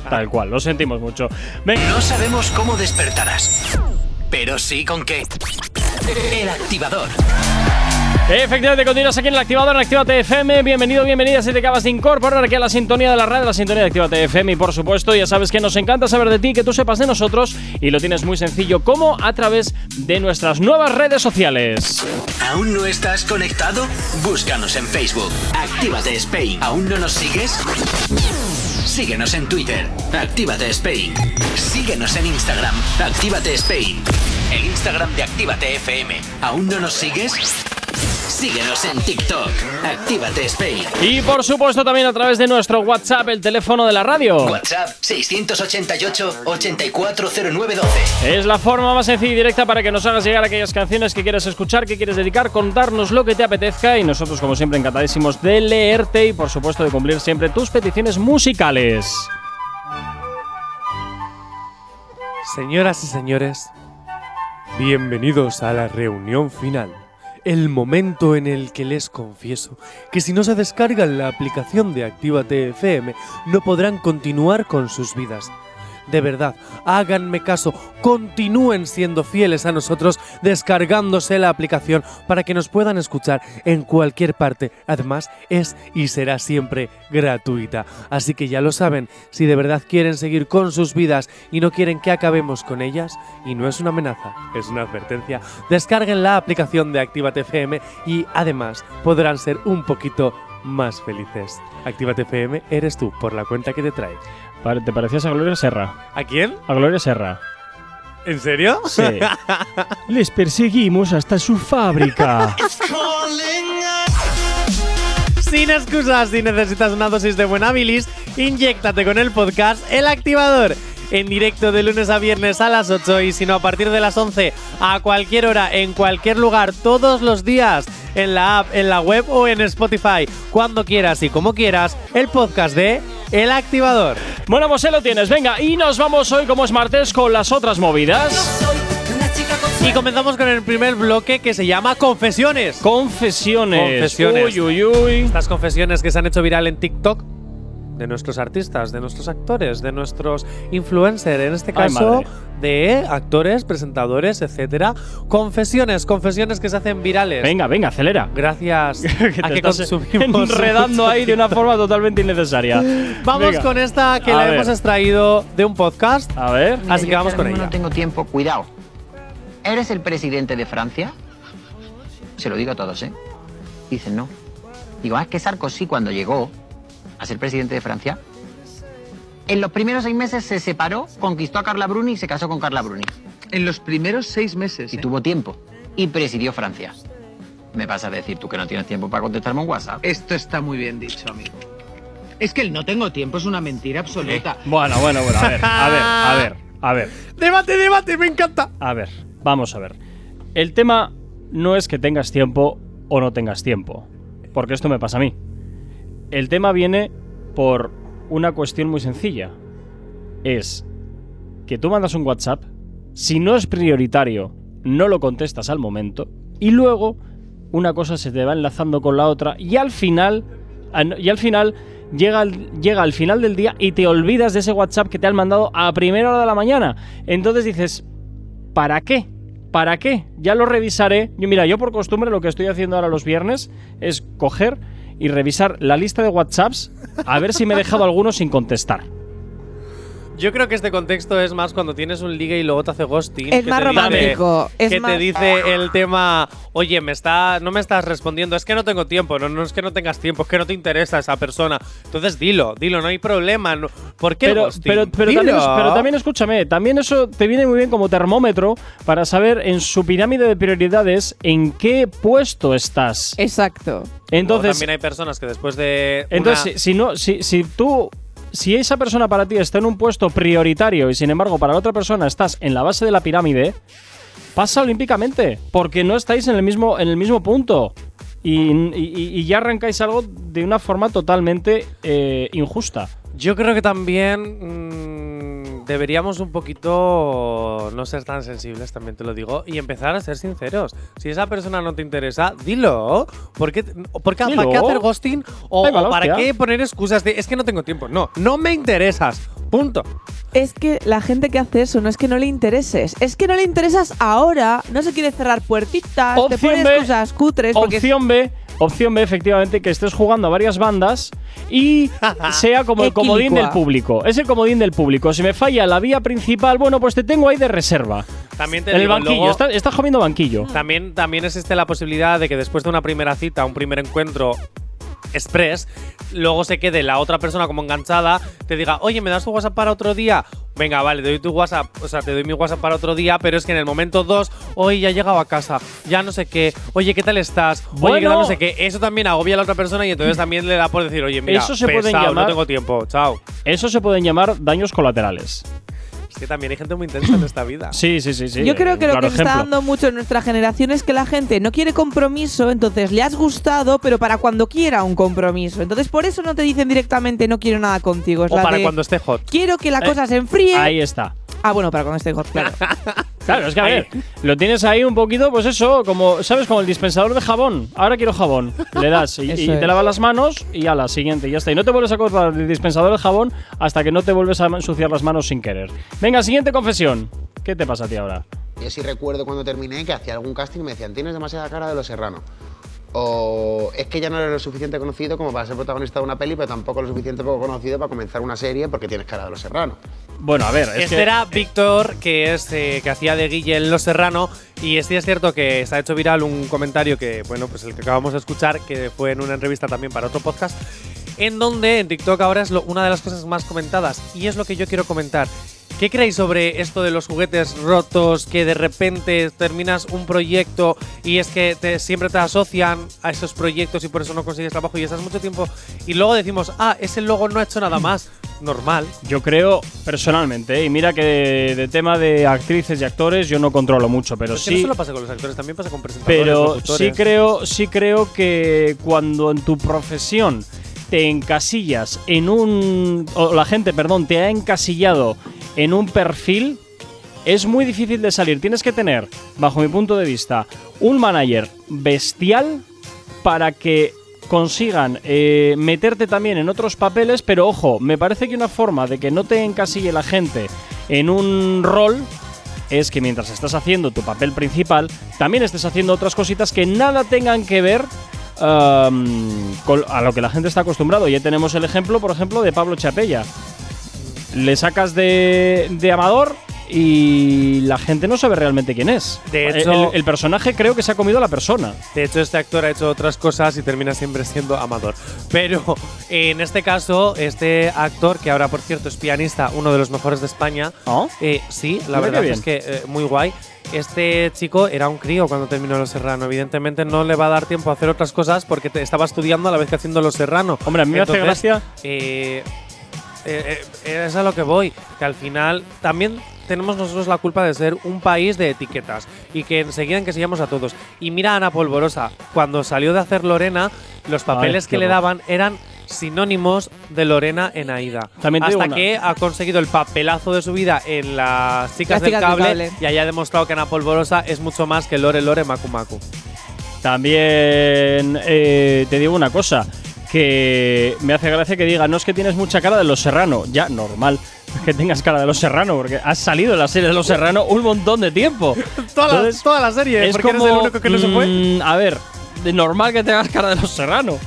S2: Tal cual, lo sentimos mucho. Venga.
S1: No sabemos cómo despertarás, pero sí con qué. El activador.
S2: Efectivamente, continúas aquí en el activador en Actívate FM. Bienvenido, bienvenida si te acabas de incorporar aquí a la sintonía de la radio, la sintonía de Actívate FM. Y por supuesto, ya sabes que nos encanta saber de ti, que tú sepas de nosotros. Y lo tienes muy sencillo, como a través de nuestras nuevas redes sociales.
S1: ¿Aún no estás conectado? Búscanos en Facebook. Actívate Spain. ¿Aún no nos sigues? Síguenos en Twitter. Actívate Spain. Síguenos en Instagram. Actívate Spain. El Instagram de Actívate FM. ¿Aún no nos sigues? Síguenos en TikTok. Actívate Spain.
S2: Y por supuesto, también a través de nuestro WhatsApp, el teléfono de la radio.
S1: WhatsApp 688 840912.
S2: Es la forma más sencilla y directa para que nos hagas llegar aquellas canciones que quieres escuchar, que quieres dedicar, contarnos lo que te apetezca y nosotros como siempre encantadísimos de leerte y por supuesto de cumplir siempre tus peticiones musicales.
S4: Señoras y señores, bienvenidos a la reunión final. El momento en el que les confieso que si no se descargan la aplicación de Actívate FM, no podrán continuar con sus vidas. De verdad, háganme caso, continúen siendo fieles a nosotros descargándose la aplicación para que nos puedan escuchar en cualquier parte. Además, es y será siempre gratuita. Así que ya lo saben, si de verdad quieren seguir con sus vidas y no quieren que acabemos con ellas, y no es una amenaza, es una advertencia, descarguen la aplicación de Actívate FM y además podrán ser un poquito más felices. Actívate FM eres tú por la cuenta que te trae.
S2: Pare- ¿Te parecías a Gloria Serra?
S4: ¿A quién?
S2: A Gloria Serra.
S4: ¿En serio?
S2: Sí. Les perseguimos hasta su fábrica.
S4: Sin excusas, si necesitas una dosis de buen habilis, inyéctate con el podcast El Activador. En directo de lunes a viernes a las 8 y si no a partir de las 11, a cualquier hora, en cualquier lugar, todos los días, en la app, en la web o en Spotify, cuando quieras y como quieras, el podcast de El Activador.
S2: bueno, pues ahí lo tienes. Venga, y nos vamos hoy como es martes con las otras movidas.
S4: Y comenzamos con el primer bloque que se llama Confesiones.
S2: Confesiones.
S4: Confesiones.
S2: Uy, uy, uy.
S4: Estas confesiones que se han hecho viral en TikTok de nuestros artistas, de nuestros actores, de nuestros influencers, en este
S2: Ay,
S4: caso
S2: madre.
S4: de actores, presentadores, etcétera. Confesiones, confesiones que se hacen virales.
S2: Venga, venga, acelera.
S4: Gracias
S2: que
S4: a
S2: te
S4: que
S2: estás
S4: consumimos
S2: enredando
S4: mucho
S2: ahí de una forma totalmente innecesaria.
S4: Vamos
S2: Venga.
S4: con esta que
S2: A
S4: la
S2: ver.
S4: hemos extraído de un podcast,
S2: A ver.
S4: así que vamos con ella.
S8: tengo tiempo, cuidado. ¿Eres el presidente de Francia? Se lo digo a todos, ¿eh? Dicen no. Digo, ah, es que Sarkozy cuando llegó a ser presidente de Francia, en los primeros seis meses se separó, conquistó a Carla Bruni y se casó con Carla Bruni.
S9: En los primeros seis meses. ¿eh?
S8: Y tuvo tiempo. Y presidió Francia. Me vas a decir tú que no tienes tiempo para contestarme un WhatsApp.
S9: Esto está muy bien dicho, amigo. Es que el no tengo tiempo es una mentira absoluta.
S2: Ah, Bueno, bueno, bueno, a ver, a ver, a ver, a ver,
S4: ¡Debate, debate! ¡Me encanta!
S2: a ver. Vamos a ver. El tema no es que tengas tiempo o no tengas tiempo, porque esto me pasa a mí. El tema viene por una cuestión muy sencilla. Es que tú mandas un WhatsApp, si no es prioritario, no lo contestas al momento, y luego una cosa se te va enlazando con la otra, y al final, an- y al final llega, al- llega al final del día y te olvidas de ese WhatsApp que te han mandado a primera hora de la mañana. Entonces dices, ¿Para qué? ¿Para qué? Ya lo revisaré. Yo, mira, yo por costumbre lo que estoy haciendo ahora los viernes es coger y revisar la lista de WhatsApps a ver si me he dejado alguno sin contestar.
S4: Yo creo que este contexto es más cuando tienes un ligue y luego te hace ghosting.
S3: Es
S4: que
S3: más
S4: te dice-
S3: romántico, es
S4: que
S3: más-
S4: te dice el tema, oye, me está, no me estás respondiendo, es que no tengo tiempo, no, no es que no tengas tiempo, es que no te interesa esa persona. Entonces dilo, dilo, no hay problema. no- ¿Por qué el
S2: Pero,
S4: ghosting?
S2: pero, pero, también,
S4: Dilo.
S2: pero también escúchame, también eso te viene muy bien como termómetro para saber en su pirámide de prioridades en qué puesto estás.
S3: Exacto.
S4: Luego
S2: Entonces,
S4: también hay personas que después de. una-
S2: Entonces, si- si no, si, si tú, si esa persona para ti está en un puesto prioritario y sin embargo para la otra persona estás en la base de la pirámide, pasa olímpicamente, porque no estáis en el mismo, en el mismo punto. Y, y- y ya arrancáis algo de una forma totalmente eh, injusta.
S4: Yo creo que también mm, deberíamos un poquito no ser tan sensibles, también te lo digo, y empezar a ser sinceros. Si esa persona no te interesa, dilo. ¿Por qué, por qué-
S2: Dilo.
S4: ¿Para qué hacer ghosting? ¿O,
S2: Venga,
S4: o
S2: la
S4: para
S2: hostia.
S4: qué poner excusas de es que no tengo tiempo? No, no me interesas. Punto.
S3: Es que la gente que hace eso no es que no le intereses, es que no le interesas ahora, no se quiere cerrar puertitas, te
S2: Opción
S3: pones
S2: B.
S3: cosas cutres porque
S2: Opción B, opción B, efectivamente, que estés jugando a varias bandas y sea como el comodín
S3: Equilicua.
S2: del público. Es el comodín del público. Si me falla la vía principal, bueno, pues te tengo ahí de reserva.
S4: También te
S2: En el
S4: digo,
S2: banquillo,
S4: luego-
S2: estás, estás comiendo banquillo.
S4: También, también existe la posibilidad de que después de una primera cita, un primer encuentro express, luego se quede la otra persona como enganchada, te diga, oye, ¿me das tu WhatsApp para otro día? Venga, vale, te doy tu WhatsApp, o sea, te doy mi WhatsApp para otro día, pero es que en el momento dos, oye, ya he llegado a casa, ya no sé qué, oye, ¿qué tal estás? Oye, ¿qué tal
S2: Bueno. Mm.
S4: no sé qué? Eso también agobia a la otra persona y entonces también le da por decir, oye, mira,
S2: Eso se pueden
S4: pesado,
S2: llamar-
S4: no tengo tiempo, chao.
S2: Eso se pueden llamar daños colaterales.
S4: Es que también hay gente muy intensa en esta vida.
S2: Sí, sí, sí, sí.
S3: Yo creo que lo
S2: Claro
S3: que se está
S2: ejemplo.
S3: dando mucho en nuestra generación es que la gente no quiere compromiso, entonces le has gustado, pero para cuando quiera un compromiso. Entonces por eso no te dicen directamente no quiero nada contigo. Es
S4: O
S3: la
S4: para
S3: de,
S4: cuando esté hot.
S3: quiero que la
S2: Eh,
S3: cosa se enfríe.
S2: Ahí está.
S3: Ah, bueno, para cuando esté hot, claro.
S2: Claro, es que a
S4: Ahí.
S2: ver, lo tienes ahí un poquito, pues eso, como, ¿sabes? Como el dispensador de jabón. Ahora quiero jabón. Le das y,
S3: Eso
S2: y te
S3: es.
S2: lavas las manos y a la siguiente, ya está. Y no te vuelves a cortar el dispensador de jabón hasta que no te vuelves a ensuciar las manos sin querer. Venga, siguiente confesión. ¿Qué te pasa a ti ahora?
S10: Yo sí recuerdo cuando terminé que hacía algún casting y me decían, tienes demasiada cara de los serranos. O es que ya no eres lo suficiente conocido como para ser protagonista de una peli, pero tampoco lo suficiente poco conocido para comenzar una serie porque tienes cara de los serranos.
S2: Bueno, a ver, es
S4: Este
S2: que-
S4: era Víctor, que es eh, que hacía de Guille en Los Serrano, y sí es cierto que se ha hecho viral un comentario que, bueno, pues el que acabamos de escuchar, que fue en una entrevista también para otro podcast, en donde en TikTok ahora es lo- una de las cosas más comentadas, y es lo que yo quiero comentar. ¿Qué creéis sobre esto de los juguetes rotos, que de repente terminas un proyecto y es que te- siempre te asocian a esos proyectos y por eso no consigues trabajo y estás mucho tiempo y luego decimos, ah, ese logo no ha hecho nada más? Normal.
S2: Yo creo, personalmente, ¿eh? y mira que de, de tema de actrices y actores yo no controlo mucho, pero
S4: Es que
S2: sí.
S4: no solo pasa con los actores, también pasa con presentadores.
S2: pero
S4: locutores.
S2: sí creo, sí creo que cuando en tu profesión te encasillas en un. o la gente, perdón, te ha encasillado en un perfil, es muy difícil de salir. Tienes que tener, bajo mi punto de vista, un manager bestial para que consigan eh, meterte también en otros papeles, pero ojo, me parece que una forma de que no te encasille la gente en un rol es que mientras estás haciendo tu papel principal, también estés haciendo otras cositas que nada tengan que ver am, con- a lo que la gente está acostumbrado. Ya tenemos el ejemplo, por ejemplo, de Pablo Chapella. Le sacas de, de Amador y la gente no sabe realmente quién es.
S4: De
S2: El-
S4: hecho-
S2: el, el personaje creo que se ha comido a la persona.
S4: De hecho, este actor ha hecho otras cosas y termina siempre siendo amador. Pero en este caso, este actor, que ahora por cierto es pianista, uno de los mejores de España, eh, sí, la
S2: Mira qué
S4: verdad
S2: bien.
S4: es que eh, muy guay. Este chico era un crío cuando terminó Los Serrano. Evidentemente no le va a dar tiempo a hacer otras cosas porque te- estaba estudiando a la vez que haciendo Los Serrano.
S2: Hombre, a mí me hace gracia.
S4: eh, eh, eh, es a lo que voy, que al final también tenemos nosotros la culpa de ser un país de etiquetas y que enseguida enquisillamos a todos. Y mira a Ana Polvorosa, cuando salió de hacer Lorena, los papeles
S2: qué
S4: que le
S2: horror.
S4: daban eran sinónimos de Lorena en Aida.
S2: También te digo
S4: Hasta
S2: una-
S4: que ha conseguido el papelazo de su vida en las
S3: Las Chicas
S4: chicas, del,
S3: del
S4: cable,
S3: Cable.
S4: y haya demostrado que Ana Polvorosa es mucho más que Lore Lore Macu Macu.
S2: También eh, te digo una cosa, que me hace gracia que diga, no es que tienes mucha cara de Los Serrano, ya normal que tengas cara de Los Serrano, porque has salido de la serie de Los Serrano un montón de tiempo.
S4: Toda, la,
S2: Entonces,
S4: toda la serie,
S2: es
S4: porque
S2: como,
S4: eres el único que no se fue.
S2: mm, a ver, de normal que tengas cara de Los Serrano.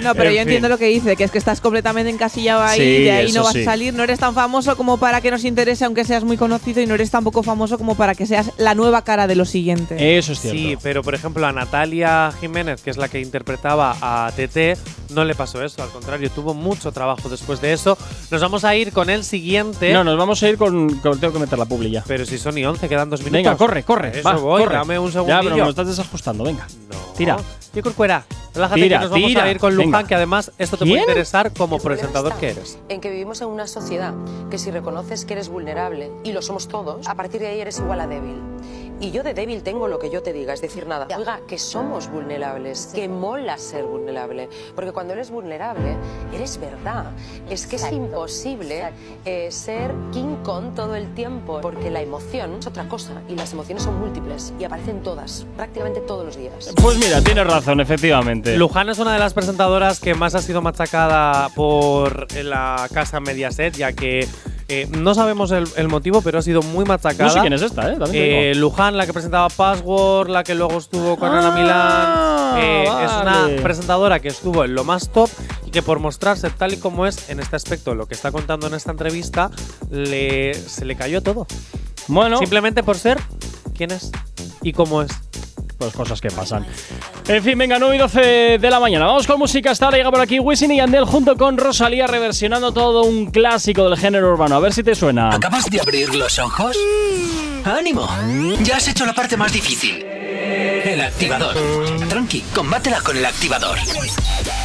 S3: No, pero
S2: En
S3: yo entiendo
S2: fin.
S3: lo que dice, que es que estás completamente encasillado ahí,
S2: Sí,
S3: de ahí
S2: eso
S3: no vas
S2: sí.
S3: a salir, no eres tan famoso como para que nos interese aunque seas muy conocido y no eres tampoco famoso como para que seas la nueva cara de lo siguiente.
S2: Eso es cierto.
S4: Sí, pero por ejemplo a Natalia Jiménez, que es la que interpretaba a TT, no le pasó eso, al contrario, tuvo mucho trabajo después de eso. Nos vamos a ir con el siguiente.
S2: No, nos vamos a ir con, con- Tengo que meter la publi ya.
S4: Pero si son y 11, quedan dos minutos.
S2: Venga, corre, corre.
S4: Eso
S2: va,
S4: voy,
S2: corre.
S4: dame un
S2: Ya, pero
S4: segundillo.
S2: nos estás desajustando, venga.
S4: No.
S2: Tira.
S4: Yo corcuera. Relájate
S2: Tira,
S4: que nos vamos
S2: tira.
S4: a ir con Luján,
S2: Venga.
S4: que además esto te
S2: ¿Quién?
S4: puede interesar como
S11: El problema
S4: presentador
S11: está
S4: que eres.
S11: En que vivimos en una sociedad que si reconoces que eres vulnerable, y lo somos todos, a partir de ahí eres igual a débil. Y yo de débil tengo lo que yo te diga, es decir, nada. Oiga, que somos vulnerables, que mola ser vulnerable. Porque cuando eres vulnerable, eres verdad. Es que es imposible eh, ser King Kong todo el tiempo, porque la emoción es otra cosa, y las emociones son múltiples, y aparecen todas, prácticamente todos los días.
S2: Pues mira, tienes razón, efectivamente.
S4: Luján es una de las presentadoras que más ha sido machacada por la casa Mediaset, ya que eh, no sabemos el, el motivo, pero ha sido muy machacada.
S2: no sé quién es esta, ¿eh? También te
S4: Eh,
S2: digo.
S4: Luján, la que presentaba Password, la que luego estuvo con Ana
S2: Ah,
S4: Milán. Eh, Es
S2: vale.
S4: una presentadora que estuvo en lo más top y que por mostrarse tal y como es en este aspecto, lo que está contando en esta entrevista, le, se le cayó todo.
S2: Bueno,
S4: Simplemente por ser quién es y cómo es.
S2: pues cosas que pasan. En fin, venga, 9 y 12 de la mañana. Vamos con música hasta ahora. Llega por aquí Wisin y Yandel junto con Rosalía reversionando todo un clásico del género urbano. A ver si te suena.
S1: ¿Acabas de abrir los ojos? ¡Ánimo! Ya has hecho la parte más difícil. El activador. Tranqui, combátela con el activador.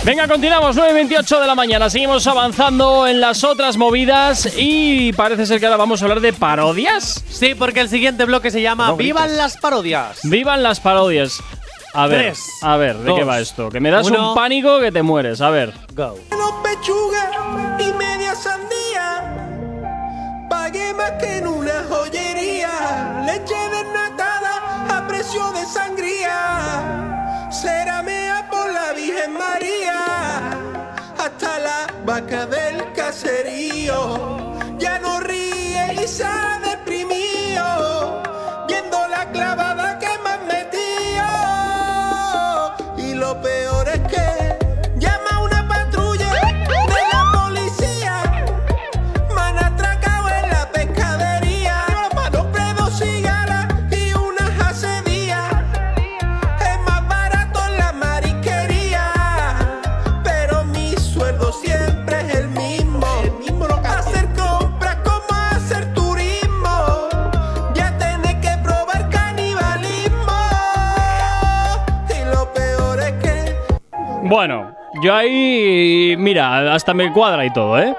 S2: Venga, continuamos, 9.28 de la mañana. Seguimos avanzando en las otras movidas y parece ser que ahora vamos a hablar de parodias.
S4: Sí, porque el siguiente bloque se llama
S2: No grites.
S4: ¡Vivan las parodias!
S2: Vivan las parodias. A ver,
S4: Tres,
S2: a ver, ¿de qué
S4: dos,
S2: va esto? Que me das
S4: uno.
S2: un pánico que te mueres. A ver.
S4: Go.
S12: Dos pechugas y media sandía. Pagué más que en una joyería. Leche desnatada a precio de sangría. Ceramea por la Virgen María. Hasta la vaca del caserío. Ya no ríe y se ha deprimido. Viendo la clavada que me han metido. Y lo peor es que llama a una patrulla de la policía. Me han atracado en la pescadería. Compré dos cigarras y unas hace días. Es más barato en la marisquería. Pero mi sueldo siempre es el mismo. Hacer compras como hacer turismo. Ya tenés que probar canibalismo. Y lo peor es que.
S2: Bueno, yo ahí. Mira, hasta me cuadra y todo, ¿eh?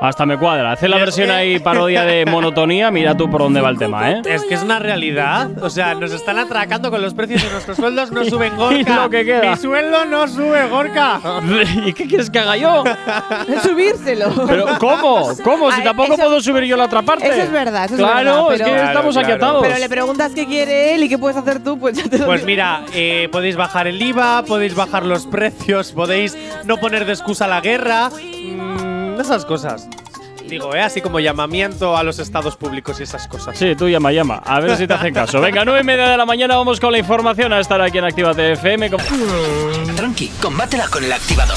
S2: Hasta me cuadra. Hace la versión ahí parodia de monotonía. Mira tú por dónde va el tema, ¿eh?
S4: Es que es una realidad. O sea, nos están atracando con los precios de nuestros sueldos. No suben
S2: Y
S4: Gorka.
S2: lo que queda.
S4: Mi sueldo no sube Gorka.
S2: ¿Y qué quieres que haga yo?
S3: Subírselo.
S2: ¿Pero cómo? ¿Cómo? Si
S3: Ay,
S2: tampoco
S3: eso-
S2: puedo subir yo la otra parte.
S3: Eso es verdad, eso es
S2: claro,
S3: verdad,
S2: es que
S3: pero-
S2: estamos
S4: Claro,
S2: aquí
S4: claro.
S2: atados.
S3: Pero le preguntas qué quiere él y qué puedes hacer tú, pues ya te lo
S4: Pues
S3: digo.
S4: mira, eh, podéis bajar el IVA, podéis bajar los precios, podéis no poner de excusa la guerra, mm, esas cosas. Digo, ¿eh? así como llamamiento a los estados públicos y esas cosas.
S2: Sí, tú llama, llama. A ver si te hacen caso. Venga, nueve y media de la mañana vamos con la información a estar aquí en Activa FM. con-
S1: Tranqui, combátela con el activador.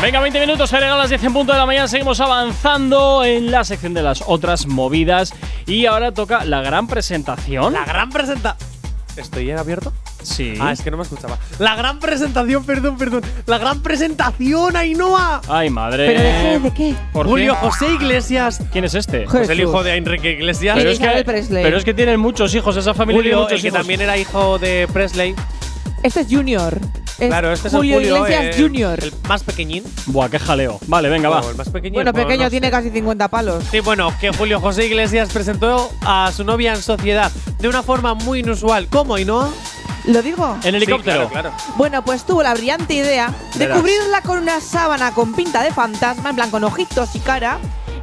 S2: Venga, 20 minutos, se regalan las 10 en punto de la mañana. Seguimos avanzando en la sección de las otras movidas. Y ahora toca la gran presentación.
S4: La gran presentación. ¿Estoy en abierto?
S2: Sí.
S4: Ah, es que no me escuchaba. La gran presentación, perdón, perdón. La gran presentación, Ainhoa.
S2: Ay, madre.
S4: qué? Julio José Iglesias.
S2: ¿Quién es este?
S4: Pues el hijo de Enrique Iglesias.
S2: Pero es, que, pero es que tienen muchos hijos, esa familia
S4: Julio,
S2: tiene muchos
S4: el que
S2: hijos.
S4: también era hijo de Presley.
S3: Este es Junior. Es
S4: claro, este
S3: Julio
S4: es el Julio
S3: Iglesias
S4: eh,
S3: Junior.
S4: El más pequeñín.
S2: Buah, qué jaleo. Vale, venga, va.
S4: O el más pequeñín.
S3: Bueno, pequeño
S4: no
S3: tiene
S4: sé.
S3: casi 50 palos.
S4: Sí, bueno, que Julio José Iglesias presentó a su novia en sociedad de una forma muy inusual. ¿Cómo, Ainhoa?
S3: ¿Lo digo?
S4: Eh.
S2: En helicóptero.
S4: claro,
S3: Bueno, pues tuvo la brillante idea de
S4: Verás.
S3: cubrirla con una sábana con pinta de fantasma, en plan con ojitos y cara,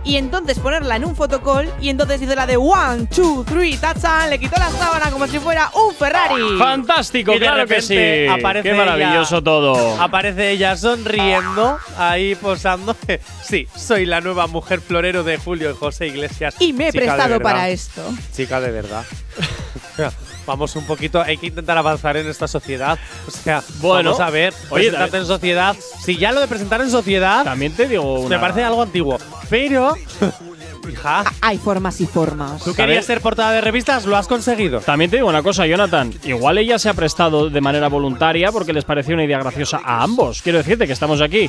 S3: y entonces ponerla en un fotocall, y entonces hizo la de one, two, three, tachan, le quitó la sábana como si fuera un Ferrari.
S2: Fantástico,
S4: Y de
S2: claro que sí.
S4: repente aparece
S2: Qué maravilloso
S4: ella-
S2: todo.
S4: Aparece ella sonriendo, ahí posando. Sí, soy la nueva mujer florero de Julio José Iglesias.
S3: Y me he
S4: Chica de
S3: prestado
S4: verdad.
S3: para esto.
S4: Chica de verdad. Vamos un poquito, hay que intentar avanzar en esta sociedad. O sea,
S2: Bueno.
S4: vamos a ver,
S2: Oye,
S4: presentarte
S2: también-
S4: en sociedad. Si ya lo de presentar en sociedad,
S2: También te digo una.
S4: me parece algo antiguo. Pero, hija,
S3: Hay formas y formas.
S4: tú querías ser portada de revistas, lo has conseguido.
S2: También te digo una cosa, Jonathan. Igual ella se ha prestado de manera voluntaria porque les pareció una idea graciosa a ambos. Quiero decirte que estamos aquí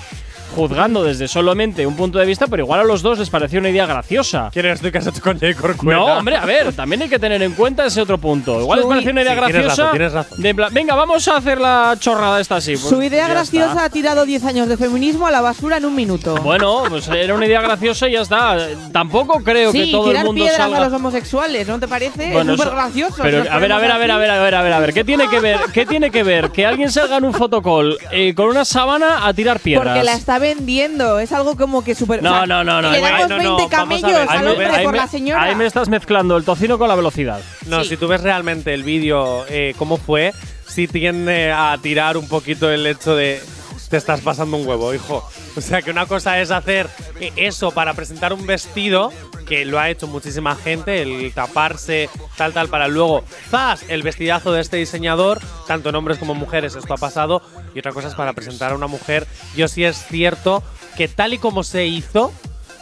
S2: juzgando desde solamente un punto de vista, pero igual a los dos les pareció una idea graciosa.
S4: ¿Quién eres tú que has hecho con Jay Corcuera?
S2: No, hombre, a ver, también hay que tener en cuenta ese otro punto. Igual les
S3: Soy-
S2: pareció una idea
S4: Sí, tienes
S2: graciosa.
S4: razón, tienes razón.
S2: de en plan, venga, vamos a hacer la chorrada esta así. pues
S3: Su idea
S2: ya
S3: graciosa
S2: está.
S3: ha tirado 10 años de feminismo a la basura en un minuto.
S2: Bueno, pues era una idea graciosa y ya está. Tampoco creo
S3: sí,
S2: que todo el
S3: tirar
S2: mundo
S3: piedras
S2: salga.
S3: a los homosexuales, ¿no te parece?
S2: Bueno,
S3: es súper
S2: eso-
S3: gracioso. si
S2: Pero
S3: nos
S2: a ver, a ver, a ver, a ver, a ver, a ver, a ver, ¿qué tiene que ver? ¿Qué tiene que ver que alguien salga en un fotocall eh, con una sábana a tirar piedras?
S3: Porque la está vendiendo. Es algo como que super.
S2: No,
S3: o sea,
S2: no, no, no,
S3: Le
S2: no,
S3: damos
S4: no, no,
S3: 20
S4: vamos a ver.
S3: camellos
S4: Ahí
S3: al
S4: me-
S3: hombre
S4: ahí
S3: por
S2: me-
S3: la señora.
S2: ahí me estás mezclando el tocino con la velocidad.
S4: No, si tú ves realmente el vídeo, eh, cómo fue, sí tiende a tirar un poquito el hecho de te estás pasando un huevo, hijo. O sea, que una cosa es hacer eh, eso para presentar un vestido, que lo ha hecho muchísima gente, el taparse, tal, tal, para luego, ¡zas! El vestidazo de este diseñador, tanto en hombres como mujeres, esto ha pasado. Y otra cosa es para presentar a una mujer. Yo sí es cierto que tal y como se hizo,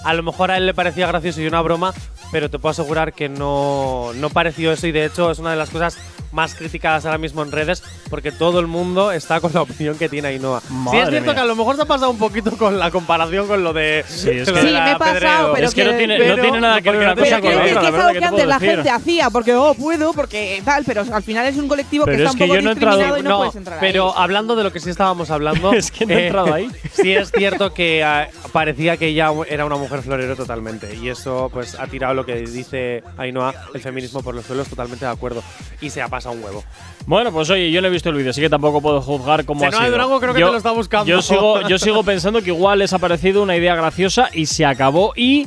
S4: a lo mejor a él le parecía gracioso y una broma, pero te puedo asegurar que no, no pareció eso y de hecho es una de las cosas más criticadas ahora mismo en redes porque todo el mundo está con la opinión que tiene Ainhoa. sí,
S2: Madre
S4: es cierto
S2: mía.
S4: que a lo mejor se ha pasado un poquito con la comparación con lo de.
S2: Sí, es
S4: lo
S2: que-
S4: de
S2: Sí,
S4: la
S3: me he pasado,
S4: Pedrero.
S3: pero
S2: Es que no
S3: que-
S2: tiene, no
S4: pero-
S2: tiene nada que ver
S4: porque
S2: una
S4: no tiene
S2: cosa
S4: nada
S2: con
S4: que
S2: la otra, la
S3: Pero creo
S4: ver,
S3: que es
S2: verdad
S3: algo
S2: ¿eh? que
S3: que
S2: te
S3: antes
S2: puedo
S3: la
S2: decir.
S3: gente hacía, porque oh, puedo, porque tal, pero al final es un colectivo que
S2: Pero
S3: está
S2: es
S3: un
S2: que
S3: poco
S2: yo no he entrado-
S3: discriminado y no,
S2: no,
S3: puedes entrar
S4: pero
S3: ahí.
S4: hablando de lo que sí estábamos hablando. eh,
S2: Es que no he entrado ahí.
S4: Sí, es cierto que ah, parecía que ella era una mujer florero totalmente. Y eso, pues, ha tirado lo que dice Ainhoa, el feminismo por los suelos, totalmente de acuerdo. Y se ha pasado un huevo.
S2: Bueno, pues oye, yo no he visto el vídeo, así que tampoco puedo juzgar cómo ha
S4: Chenoa
S2: sido.
S4: Durango creo que te lo está buscando.
S2: Yo sigo, yo sigo pensando que igual les ha parecido una idea graciosa y se acabó y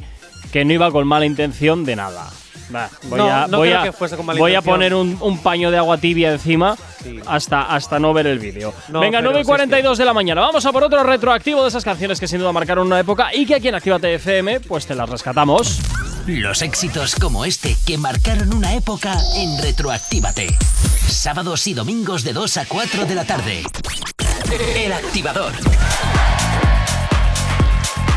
S2: que no iba con mala intención de nada. Va, voy
S4: No,
S2: a,
S4: no
S2: voy
S4: creo
S2: a-
S4: que fuese con mala
S2: voy a
S4: intención.
S2: poner un, un paño de agua tibia encima
S4: Sí.
S2: hasta, hasta no ver el vídeo.
S4: No,
S2: Venga,
S4: pero
S2: 9 y
S4: sí es
S2: 42 de la mañana. Vamos a por otro retroactivo de esas canciones que sin duda marcaron una época y que aquí en Actívate FM pues te las rescatamos.
S1: Los éxitos como este que marcaron una época en Retroactívate. Sábados y domingos de 2 a 4 de la tarde. El activador.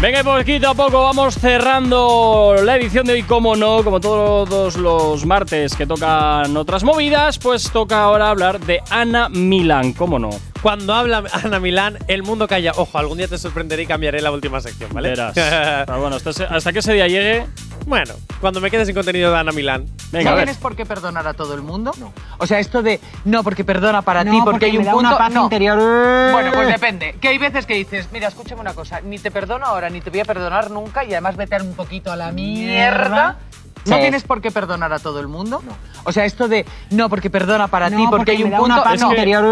S2: Venga, y poquito a poco vamos cerrando la edición de hoy, como no, como todos los martes que tocan otras movidas, pues toca ahora hablar de Ana Milán, como no.
S4: Cuando habla Ana Milán, el mundo calla. Ojo, algún día te sorprenderé y cambiaré la última sección, ¿vale?
S2: Verás. Pero bueno, hasta, ese- hasta que ese día llegue,
S4: bueno, cuando me quede sin contenido de Ana Milán.
S2: venga, a
S8: ¿No
S2: ver.
S8: tienes por qué perdonar a todo el mundo?
S11: O sea, esto de no, porque perdona para
S8: No,
S11: ti, porque,
S8: porque
S11: hay
S8: me
S11: un
S8: da una
S11: punto.
S8: paz
S11: no.
S8: interior.
S11: Bueno, pues depende. Que hay veces que dices, mira, escúchame una cosa, ni te perdono ahora, ni te voy a perdonar nunca, y además vete un poquito a la mierda.
S8: Mierda.
S11: No
S8: Sí.
S11: tienes por qué perdonar a todo el mundo. O sea, esto de no, porque perdona para
S8: No,
S11: ti, porque,
S8: porque
S11: hay
S8: me
S11: un
S8: da una
S11: punto.
S8: paz
S11: no.
S8: interior.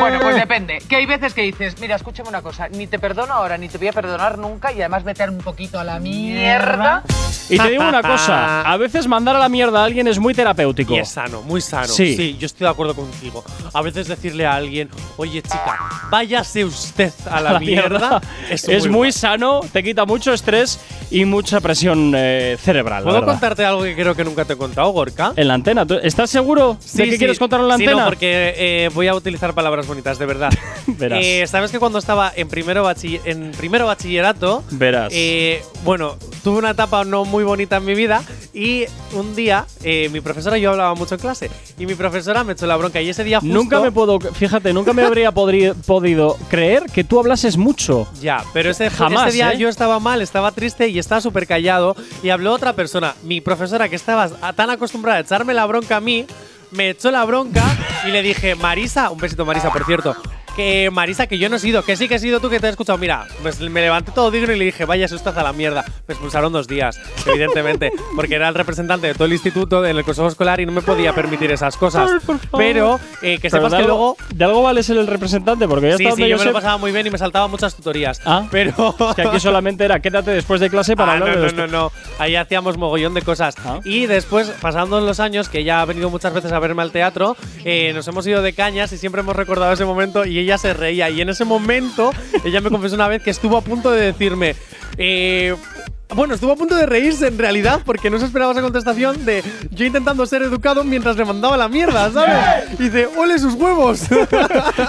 S11: Bueno, pues depende. Que hay veces que dices, mira, escúchame una cosa, ni te perdono ahora, ni te voy a perdonar nunca, y además vete un poquito a la mierda.
S2: Y te digo una cosa, a veces mandar a la mierda a alguien es muy terapéutico.
S4: Y es sano, muy sano.
S2: Sí.
S4: yo estoy de acuerdo contigo. A veces decirle a alguien, oye chica, váyase usted a la, mierda.
S2: Es, muy,
S4: bueno.
S2: sano, te quita mucho estrés y mucha presión eh, cerebral. la
S4: ¿Puedo
S2: verdad.
S4: contarte algo que creo que nunca te he contado, Gorka.
S2: En la antena, ¿tú ¿estás seguro de que quieres contarlo en la
S4: sí,
S2: antena?
S4: no, porque eh, voy a utilizar palabras bonitas, de verdad.
S2: Verás.
S4: Eh, Sabes que cuando estaba en primero, bachiller- en primero bachillerato,
S2: Verás.
S4: eh, bueno, tuve una etapa no muy bonita en mi vida y un día eh, mi profesora, yo hablaba mucho en clase, y mi profesora me echó la bronca y ese día justo…
S2: Nunca me puedo, fíjate, nunca me habría podri- podido creer que tú hablases mucho.
S4: Ya, pero ese,
S2: Jamás,
S4: ese día
S2: ¿eh?
S4: yo estaba mal, estaba triste y estaba súper callado. Y habló otra persona, mi profesora que estaba a- tan acostumbrada a echarme la bronca a mí, me echó la bronca y le dije, Marisa, un besito Marisa, por cierto. Que Marisa, que yo no he sido, que sí que he sido tú que te he escuchado. Mira, pues me levanté todo digno y le dije, vaya estás a la mierda. Me expulsaron dos días, evidentemente, porque era el representante de todo el instituto, del consejo escolar y no me podía permitir esas cosas.
S2: Ay, por favor.
S4: Pero eh, que
S2: Pero
S4: sepas
S2: de
S4: que
S2: algo-
S4: luego
S2: De algo vale ser el representante, porque ya
S4: Sí,
S2: está
S4: sí,
S2: donde
S4: yo
S2: yo
S4: me lo
S2: sé.
S4: pasaba muy bien y me saltaba muchas tutorías.
S2: Ah,
S4: pero.
S2: que aquí solamente era quédate después de clase para
S4: Ah,
S2: hablar de
S4: no,
S2: los Ah.
S4: no, no, no. Ahí hacíamos mogollón de cosas. Y después, pasando los años, que ya ha venido muchas veces a verme al teatro, eh, nos hemos ido de cañas y siempre hemos recordado ese momento y ella se reía. Y en ese momento, ella me confesó una vez que estuvo a punto de decirme. eh, bueno, estuvo a punto de reírse en realidad porque no se esperaba esa contestación de yo intentando ser educado mientras le mandaba la mierda, ¿sabes? Y dice, ole sus huevos.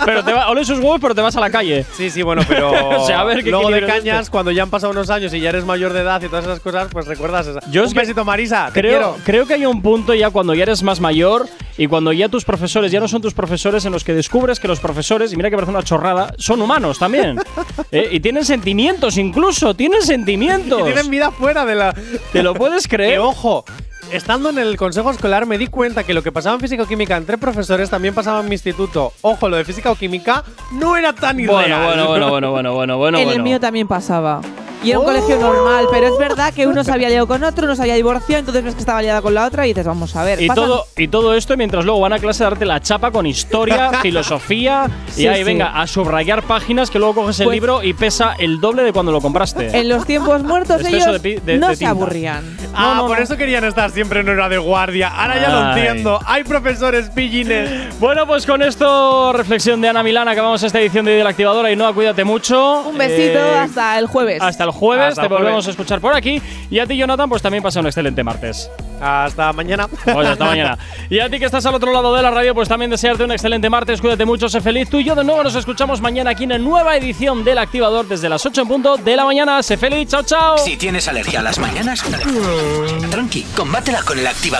S2: pero te va, ole sus huevos, pero te vas a la calle.
S4: Sí, sí, bueno, pero
S2: o sea, a ver qué
S4: luego de
S2: equilibrio es
S4: cañas,
S2: este?
S4: cuando ya han pasado unos años y ya eres mayor de edad y todas esas cosas, pues recuerdas esa.
S2: Yo es
S4: Un
S2: que
S4: besito, Marisa, Ah, te
S2: creo,
S4: quiero.
S2: creo que hay un punto ya cuando ya eres más mayor y cuando ya tus profesores ya no son tus profesores en los que descubres que los profesores, y mira que parece una chorrada, son humanos también. Eh, y tienen sentimientos incluso, tienen sentimientos.
S4: Y tienen vida fuera de la.
S2: ¿Te lo puedes creer?
S4: Que, ojo, estando en el consejo escolar me di cuenta que lo que pasaba en física o química entre profesores también pasaba en mi instituto. Ojo, lo de física o química no era tan
S2: Bueno, bueno,
S4: irreal.
S2: bueno, bueno, bueno, bueno, bueno,
S3: en el
S2: bueno. Oh.
S3: mío también pasaba. Y era un colegio normal, pero es verdad que uno se había liado con otro, uno se había divorciado, entonces ves que estaba liada con la otra y dices, vamos a ver.
S2: Y
S3: pasan-
S2: todo, y todo esto mientras luego van a clase a darte la chapa con historia, filosofía
S3: Sí,
S2: y ahí
S3: sí.
S2: venga a subrayar páginas que luego coges el
S3: Pues-
S2: libro y pesa el doble de cuando lo compraste.
S3: En los tiempos muertos
S2: Exceso
S3: ellos
S2: de pi- de-
S3: no
S2: de
S3: se
S2: tinta.
S3: aburrían.
S4: Ah, por eso querían estar siempre en hora de guardia. Ahora ya lo
S2: Ay.
S4: entiendo. Hay profesores pillines.
S2: Bueno, pues con esto, reflexión de Ana Milán, acabamos esta edición de la Activadora. Y no, cuídate mucho.
S3: Un besito
S2: Eh,
S3: hasta el jueves.
S2: hasta el jueves.
S4: Hasta
S2: te
S4: el jueves.
S2: volvemos a escuchar por aquí. Y a ti, Jonathan, pues también pasa un excelente martes.
S4: Hasta mañana.
S2: Oye, Pues hasta mañana. Y a ti que estás al otro lado de la radio, pues también desearte un excelente martes. Cuídate mucho, sé feliz. Tú y yo de nuevo nos escuchamos mañana aquí en una nueva edición del Activador desde las 8 en punto de la mañana. Sé feliz. Chao, chao.
S1: Si tienes alergia a las mañanas, tranqui, combátela con el activa.